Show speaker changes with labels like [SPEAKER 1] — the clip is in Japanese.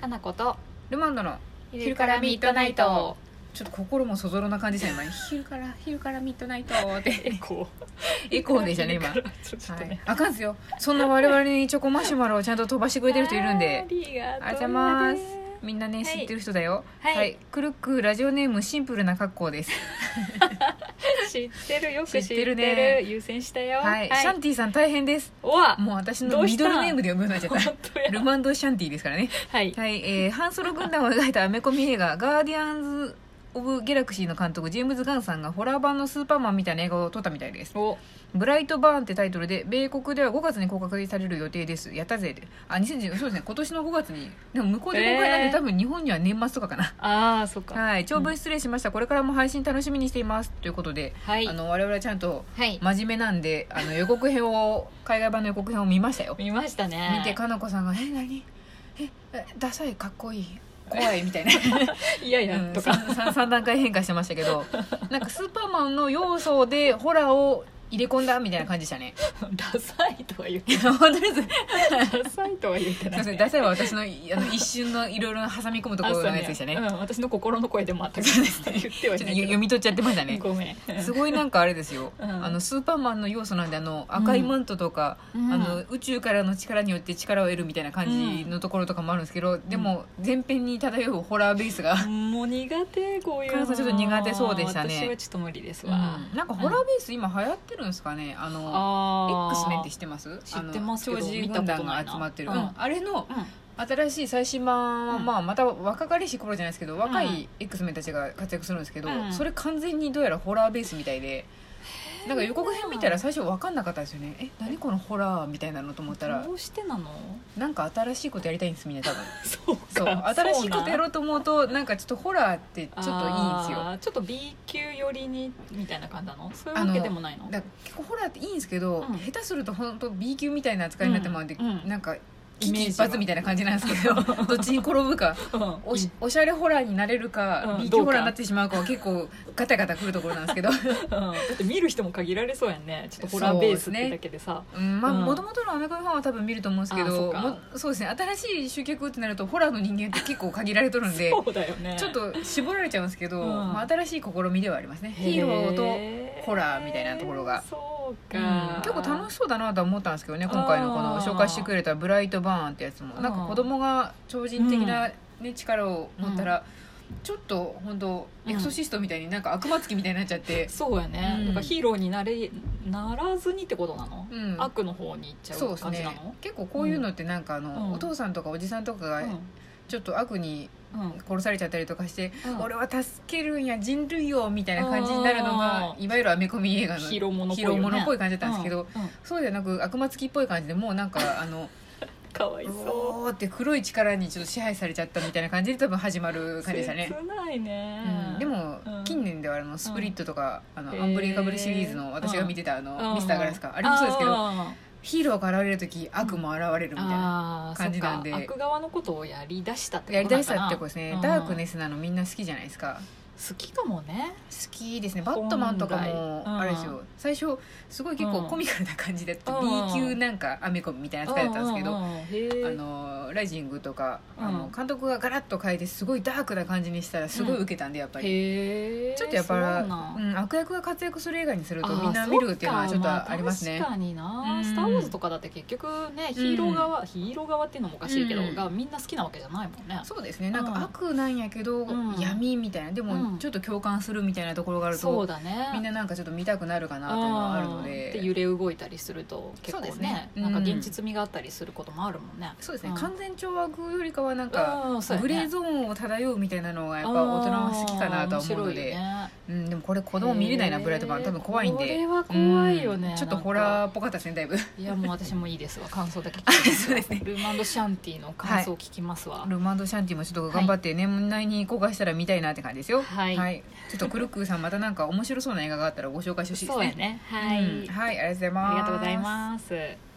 [SPEAKER 1] かなこと
[SPEAKER 2] ルマンドの昼からミッドナイトちょっと心もそぞろな感 じですね今昼から昼からミッドナイトって
[SPEAKER 1] エコ
[SPEAKER 2] エコーでしたね今、は
[SPEAKER 1] ちょっと
[SPEAKER 2] い
[SPEAKER 1] ね、
[SPEAKER 2] あかんっすよそんな我々にチョコマシュマロをちゃんと飛ばしてくれてる人いるんであ
[SPEAKER 1] あ
[SPEAKER 2] り
[SPEAKER 1] り
[SPEAKER 2] が
[SPEAKER 1] がとうご
[SPEAKER 2] とうござ
[SPEAKER 1] ざ
[SPEAKER 2] い
[SPEAKER 1] い
[SPEAKER 2] ま
[SPEAKER 1] ますす
[SPEAKER 2] みんなね
[SPEAKER 1] はい
[SPEAKER 2] 知ってる人だよ
[SPEAKER 1] はい
[SPEAKER 2] クルックラジオネームシンプルな格好です
[SPEAKER 1] 知ってるよく知
[SPEAKER 2] 知
[SPEAKER 1] っ
[SPEAKER 2] っててる
[SPEAKER 1] る
[SPEAKER 2] ね
[SPEAKER 1] 優先したよ
[SPEAKER 2] はい、シャンティさん大変です
[SPEAKER 1] おわ
[SPEAKER 2] もう私
[SPEAKER 1] ど
[SPEAKER 2] の
[SPEAKER 1] う
[SPEAKER 2] ミ
[SPEAKER 1] した
[SPEAKER 2] ドルネームで呼ぶようになっちゃっ
[SPEAKER 1] 本
[SPEAKER 2] た
[SPEAKER 1] 当 や
[SPEAKER 2] ルマンド・シャンティですからね
[SPEAKER 1] はい
[SPEAKER 2] はい、えー、ハンソロ軍団を描いたアメコミ映画「ガーディアンズ・オブ・ギャラクシー」の監督ジェームズ・ガンさんがホラー版のスーパーマンみたいな映画を撮ったみたいです
[SPEAKER 1] お
[SPEAKER 2] 「ブライト・バーン」ってタイトルで米国では5月に公開される予定ですやったぜであ2010そうですね今年の5月にでも向こうで公開なんで、
[SPEAKER 1] えー
[SPEAKER 2] 多分日本には年末とかかな
[SPEAKER 1] ああそっか
[SPEAKER 2] はい長文失礼しました、これからも配信楽しみにしていますということで、
[SPEAKER 1] はい
[SPEAKER 2] あの我々はちゃんと
[SPEAKER 1] はい
[SPEAKER 2] 真面目なんであの予告編を海外版の予告編を見ましたよ
[SPEAKER 1] 見ましたね
[SPEAKER 2] 見てかなこさんが「え何ええダサいかっこいい怖い」みたいな、
[SPEAKER 1] いやい
[SPEAKER 2] うん
[SPEAKER 1] や、とか
[SPEAKER 2] 3, 段階変化してましたけ どなんかスーパーマンの要素でホラーを入れ込んだみたいな感じでしたね
[SPEAKER 1] ダサいとは言って
[SPEAKER 2] 本当ですすい
[SPEAKER 1] ダサいとは言ってな
[SPEAKER 2] ま
[SPEAKER 1] い
[SPEAKER 2] せんダサいは私のいあの一瞬のいろいろ挟み込むところのやつでしたね
[SPEAKER 1] あそううん、私の心の声でもあったから言っては
[SPEAKER 2] ちょっ
[SPEAKER 1] いな
[SPEAKER 2] と読
[SPEAKER 1] いけど
[SPEAKER 2] 読み取っちゃってましたね
[SPEAKER 1] ごめん
[SPEAKER 2] すごいなんかあれですよ、
[SPEAKER 1] うん
[SPEAKER 2] あのスーパーマンの要素なんであの赤いマントとか、
[SPEAKER 1] うん
[SPEAKER 2] あの宇宙からの力によって力を得るみたいな感じのところとかもあるんですけど、でも前編に漂うホラーベースが、
[SPEAKER 1] もう苦手こういう
[SPEAKER 2] カナ
[SPEAKER 1] の
[SPEAKER 2] さんちょっと苦手そうでしたね
[SPEAKER 1] 私はちょっと無理です
[SPEAKER 2] うん
[SPEAKER 1] わ、
[SPEAKER 2] なんかホラーベース今流行ってるんですかねあの
[SPEAKER 1] あ
[SPEAKER 2] X メンっ
[SPEAKER 1] で
[SPEAKER 2] て知ってます
[SPEAKER 1] 知ってますけ
[SPEAKER 2] あ
[SPEAKER 1] ど
[SPEAKER 2] の超人
[SPEAKER 1] 見た
[SPEAKER 2] 軍
[SPEAKER 1] こと
[SPEAKER 2] 団
[SPEAKER 1] な
[SPEAKER 2] が
[SPEAKER 1] いな
[SPEAKER 2] 集まってる、
[SPEAKER 1] うん
[SPEAKER 2] うんあれの
[SPEAKER 1] うん
[SPEAKER 2] 新しい最新版は、
[SPEAKER 1] うん
[SPEAKER 2] まあ、また若かりし頃じゃないですけど若
[SPEAKER 1] う
[SPEAKER 2] い
[SPEAKER 1] ん
[SPEAKER 2] X メンたちが活躍するんですけど、
[SPEAKER 1] うん
[SPEAKER 2] それ完全にどうやらホラーベースみたいでなんか予告編見たら最初分かんなかったですよねえ何このホラーみたいなのと思ったら
[SPEAKER 1] どうしてなの
[SPEAKER 2] なんか新しいことやりたいんですみん な多分
[SPEAKER 1] そう
[SPEAKER 2] そう新しいことやろうと思うとなんかちょっとホラーってちょっといいんですよ
[SPEAKER 1] よちょっと B 級寄りにみたいな感じなのそういう
[SPEAKER 2] あ
[SPEAKER 1] わ
[SPEAKER 2] の
[SPEAKER 1] けでもないの
[SPEAKER 2] だから結構ホラーっていいんですけど、
[SPEAKER 1] うん
[SPEAKER 2] 下手すると本当 B 級みたいな扱いになってもらうんで、
[SPEAKER 1] うんうん
[SPEAKER 2] なんか
[SPEAKER 1] イ
[SPEAKER 2] 危
[SPEAKER 1] メージ
[SPEAKER 2] 機
[SPEAKER 1] は
[SPEAKER 2] 一髪みたいな感じなんですけど どっちに転ぶか
[SPEAKER 1] うん
[SPEAKER 2] おしおしゃれホラーになれるか、
[SPEAKER 1] うん
[SPEAKER 2] B
[SPEAKER 1] どうか
[SPEAKER 2] 級ホラーになってしまうかは結構ガタガタくるところなんですけど、
[SPEAKER 1] うんだって見る人も限られそうやんねちょっとホラーベースってだけでさ
[SPEAKER 2] うんまあ
[SPEAKER 1] うん
[SPEAKER 2] もともとのアメコミファンは多分見ると思うんですけ
[SPEAKER 1] あそ
[SPEAKER 2] ど
[SPEAKER 1] うか
[SPEAKER 2] もそうですね新しい集客ってなるとホラーの人間って結構限られとるんで
[SPEAKER 1] そうだよね
[SPEAKER 2] ちょっと絞られちゃうんですけど、
[SPEAKER 1] うん
[SPEAKER 2] まあ、新しい試みではありますねヒーローとホラーみたいなところが
[SPEAKER 1] そう
[SPEAKER 2] う
[SPEAKER 1] か
[SPEAKER 2] ん、結構楽しそうだなとは思ったんですけどね今回のこの
[SPEAKER 1] あー
[SPEAKER 2] 紹介してくれた「ブライト・バーン」ってやつもなんか子供が超人的な、ね力を持ったら、ちょっと本当エクソシストみたいになんか悪魔つきみたいになっちゃって、
[SPEAKER 1] そうやね、
[SPEAKER 2] うん
[SPEAKER 1] だからヒーローになれならずにってことなの、
[SPEAKER 2] うん
[SPEAKER 1] 悪の方に行っちゃ
[SPEAKER 2] そう
[SPEAKER 1] う
[SPEAKER 2] です
[SPEAKER 1] 感じな
[SPEAKER 2] ね
[SPEAKER 1] の
[SPEAKER 2] 結構こういうのってなんかあの、
[SPEAKER 1] うん
[SPEAKER 2] お父さんとかおじさんとかがちょっと悪に
[SPEAKER 1] うんうん
[SPEAKER 2] 殺されちゃったりとかして、
[SPEAKER 1] うん
[SPEAKER 2] 俺は助けるんや人類をみたいな感じになるのが
[SPEAKER 1] あー
[SPEAKER 2] いわゆるアメコミ映画の
[SPEAKER 1] ヒーローものっぽい
[SPEAKER 2] ヒー
[SPEAKER 1] よ
[SPEAKER 2] ロ
[SPEAKER 1] ね
[SPEAKER 2] ーものっぽい感じだったんですけど、
[SPEAKER 1] うんうん
[SPEAKER 2] そうじゃなく悪魔つきっぽい感じでもうなんかあの。
[SPEAKER 1] かわいそう
[SPEAKER 2] おーって黒い力にちょっと支配されちゃったみたいな感じで多分始まる感じでしたね、
[SPEAKER 1] 切ないね、
[SPEAKER 2] うん、でも
[SPEAKER 1] うん
[SPEAKER 2] 近年ではあのスプリットとか、あ
[SPEAKER 1] へ
[SPEAKER 2] の
[SPEAKER 1] ー
[SPEAKER 2] アンブレイカブルシリーズの私が見てたあの、
[SPEAKER 1] うん
[SPEAKER 2] ミスターガラスかあれもそうですけど
[SPEAKER 1] あ
[SPEAKER 2] ヒーローが現れる時悪も現れるみたいな、
[SPEAKER 1] あー
[SPEAKER 2] 感じなんで
[SPEAKER 1] そっか悪側のことをやりだしたってこと
[SPEAKER 2] や
[SPEAKER 1] な
[SPEAKER 2] り
[SPEAKER 1] のか
[SPEAKER 2] だ
[SPEAKER 1] な
[SPEAKER 2] したってことですね、
[SPEAKER 1] うん
[SPEAKER 2] ダークネスなのみんな好きじゃないですか
[SPEAKER 1] 好きかもね
[SPEAKER 2] 好きですねバットマンとかも
[SPEAKER 1] 本来うん
[SPEAKER 2] あれですよ、最初すごい結構コミカルな感じで、B 級なんかアメコミみたいな扱いだったんですけど、
[SPEAKER 1] うんうんうんへ
[SPEAKER 2] あ
[SPEAKER 1] ー
[SPEAKER 2] のライジングとか、
[SPEAKER 1] うん
[SPEAKER 2] あの監督がガラッと変えてすごいダークな感じにしたらすごい受けたんでやっぱり、
[SPEAKER 1] へー
[SPEAKER 2] ちょっとやっ
[SPEAKER 1] そ
[SPEAKER 2] ぱ
[SPEAKER 1] うなん
[SPEAKER 2] り、うん、悪役が活躍する映画にすると
[SPEAKER 1] あー
[SPEAKER 2] みんな見るっていうのはちょっとあります
[SPEAKER 1] そっ
[SPEAKER 2] ね
[SPEAKER 1] か、あ確かにな、
[SPEAKER 2] うん
[SPEAKER 1] スター・ウォーズとかだって結局ねヒーロー側、ヒーロー側っていうのもおかしいけど、
[SPEAKER 2] うん
[SPEAKER 1] がみんな好きなわけじゃないもんね
[SPEAKER 2] そうですねなん
[SPEAKER 1] うん
[SPEAKER 2] か悪なんやけ
[SPEAKER 1] う
[SPEAKER 2] ど、
[SPEAKER 1] ん
[SPEAKER 2] 闇みたいなで
[SPEAKER 1] う
[SPEAKER 2] も
[SPEAKER 1] ん
[SPEAKER 2] ちょっと共感するみたいなところがあると、
[SPEAKER 1] そうだね
[SPEAKER 2] みんななんかちょっと見たくなるかなというのはあるの
[SPEAKER 1] うん
[SPEAKER 2] で
[SPEAKER 1] 揺れ動いたりすると結構
[SPEAKER 2] そうで
[SPEAKER 1] ね
[SPEAKER 2] すねうん
[SPEAKER 1] なんか現実味があったりすることもあるもんね
[SPEAKER 2] そうですね、
[SPEAKER 1] うん
[SPEAKER 2] 完全懲悪よりかはなんか、
[SPEAKER 1] うんそうやね
[SPEAKER 2] グレーゾーンを漂うみたいなのがやっぱ大人は好きかなとは思うので、
[SPEAKER 1] あー面白いよ ね
[SPEAKER 2] うん、でもこれ子供見れないな
[SPEAKER 1] へー
[SPEAKER 2] ブライトバーン多分怖いんで
[SPEAKER 1] これは怖いよね
[SPEAKER 2] うんちょっ
[SPEAKER 1] な
[SPEAKER 2] と
[SPEAKER 1] んか
[SPEAKER 2] ホラーっぽかったですねだいぶ
[SPEAKER 1] いやもう私もいいですわ感想だけ聞きます
[SPEAKER 2] そうですね
[SPEAKER 1] ルーマンドシャンティの感想を聞きますわ、
[SPEAKER 2] ルマンドシャンティもちょっと頑張って年内に公開したら見たいなって感じですよ
[SPEAKER 1] はい
[SPEAKER 2] ちょっとクルックーさんまたなんか面白そうな映画があったらご紹介してほしいです
[SPEAKER 1] そうや
[SPEAKER 2] ね
[SPEAKER 1] ねはい、
[SPEAKER 2] うんはいありがとうございます
[SPEAKER 1] ありがとうございます